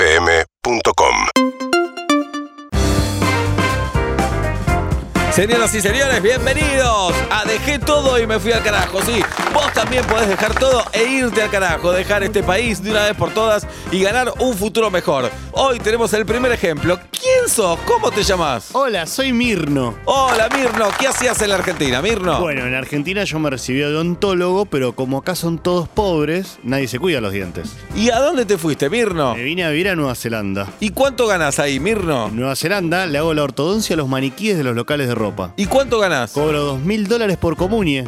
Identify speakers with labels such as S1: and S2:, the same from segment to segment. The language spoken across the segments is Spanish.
S1: UrbanaPlayFM.com
S2: Señoras y señores, bienvenidos a Dejé todo y me fui al carajo. Sí, vos también podés dejar todo e irte al carajo, dejar este país de una vez por todas y ganar un futuro mejor. Hoy tenemos el primer ejemplo. ¿Quién sos? ¿Cómo te llamás?
S3: Hola, soy Mirno.
S2: Hola Mirno, ¿qué hacías en la Argentina,
S4: Ah.
S2: Mirno?
S3: Bueno, en Argentina yo me recibí de odontólogo, pero como acá son todos pobres, nadie se cuida los dientes.
S2: ¿Y a dónde te fuiste, Mirno?
S4: Ah.
S3: Me
S4: Eh.
S3: vine a vivir a Nueva Zelanda.
S2: ¿Y cuánto ganás ahí, Mirno?
S3: En Nueva Zelanda le hago la ortodoncia a los maniquíes de los locales de ropa.
S2: ¿Y cuánto ganás?
S3: Cobro dos mil dólares por comunie.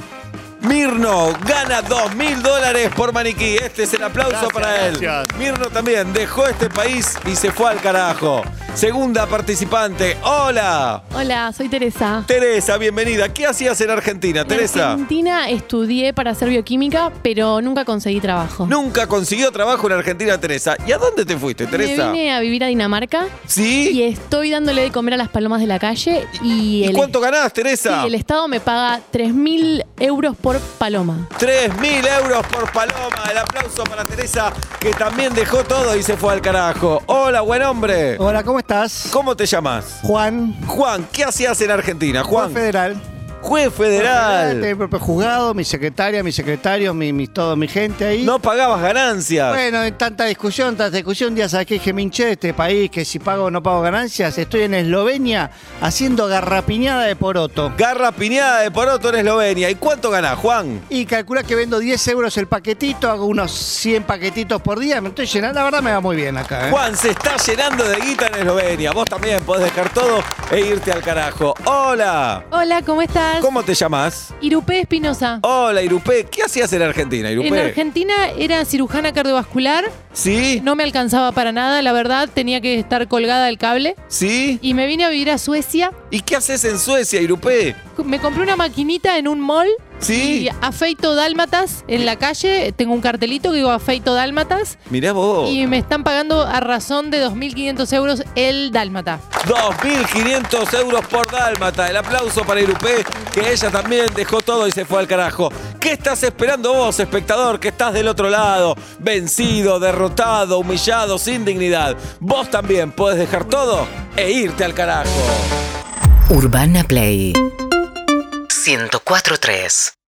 S2: Mirno gana dos mil dólares por maniquí. Este es el aplauso
S3: Gracias,
S2: para él.
S3: gracias.
S2: Mirno también dejó este país y se fue al carajo. Segunda participante. Hola.
S5: Hola, soy Teresa.
S2: Teresa, bienvenida. ¿Qué hacías en Argentina,
S5: En
S2: Teresa?
S5: Argentina estudié para hacer bioquímica, pero nunca conseguí trabajo.
S2: Nunca consiguió trabajo en Argentina, Teresa. ¿Y a dónde te fuiste, Teresa?
S5: Me vine a vivir a Dinamarca y
S2: ¿Sí?
S5: estoy dándole de comer a las palomas de la calle y,
S2: ¿Y
S5: el,
S2: cuánto ganás, Teresa?
S5: sí, el Estado me paga 3.000 euros por paloma.
S2: 3.000 euros por paloma. El aplauso para Teresa, que también dejó todo y se fue al carajo. Hola, buen hombre.
S5: Oh.
S4: Hola, ¿cómo estás?
S2: ¿Cómo te llamas?
S4: Juan,
S2: Juan, ¿qué hacías en Argentina?
S4: Juan
S2: Juan,
S4: Federal.
S2: juez
S4: Tengo mi
S2: federal.
S4: propio juzgado, mi secretaria, mis secretarios, mi, mi- todo, mi gente ahí.
S2: No pagabas ganancias.
S4: Bueno, en tanta discusión, tanta discusión, un día sabes que dije, me hinché de este país, que si pago o no pago ganancias, estoy en Eslovenia haciendo garrapiñada de poroto.
S2: Garra piñada de poroto en Eslovenia. ¿Y cuánto ganás, Juan?
S4: Y calcula que vendo 10 euros el paquetito, hago unos 100 paquetitos por día, me estoy llenando, la verdad me va muy bien acá. ¿eh?
S2: Juan se está llenando de guita en Eslovenia. Vos también podés dejar todo e irte al carajo. Hola.
S5: Hola, ¿cómo estás?
S2: ¿Cómo Oh, te llamás?
S5: Irupé Espinosa.
S2: Hola, Irupé. ¿Qué hacías en Argentina,
S5: En
S2: Irupé?
S5: Argentina era cirujana cardiovascular,
S2: ¿Sí?
S5: no me alcanzaba para nada, la verdad, tenía que estar colgada del cable.
S2: ¿Sí?
S5: Y me vine a vivir a Suecia
S2: ¿Y qué haces en Suecia, Irupé?
S5: Me compré una maquinita en un mall.
S2: ¿Sí?
S5: Y afeito dálmatas en la calle. Tengo un cartelito que digo afeito dálmatas.
S2: Mirá vos.
S5: Y me están pagando a razón de 2.500 euros el dálmata.
S2: 2.500 euros por dálmata. El aplauso para Irupé, que ella también dejó todo y se fue al carajo. ¿Qué estás esperando vos, espectador, que estás del otro lado? Vencido, derrotado, humillado, sin dignidad. Vos también podés dejar todo e irte al carajo.
S6: Urbana Play 104.3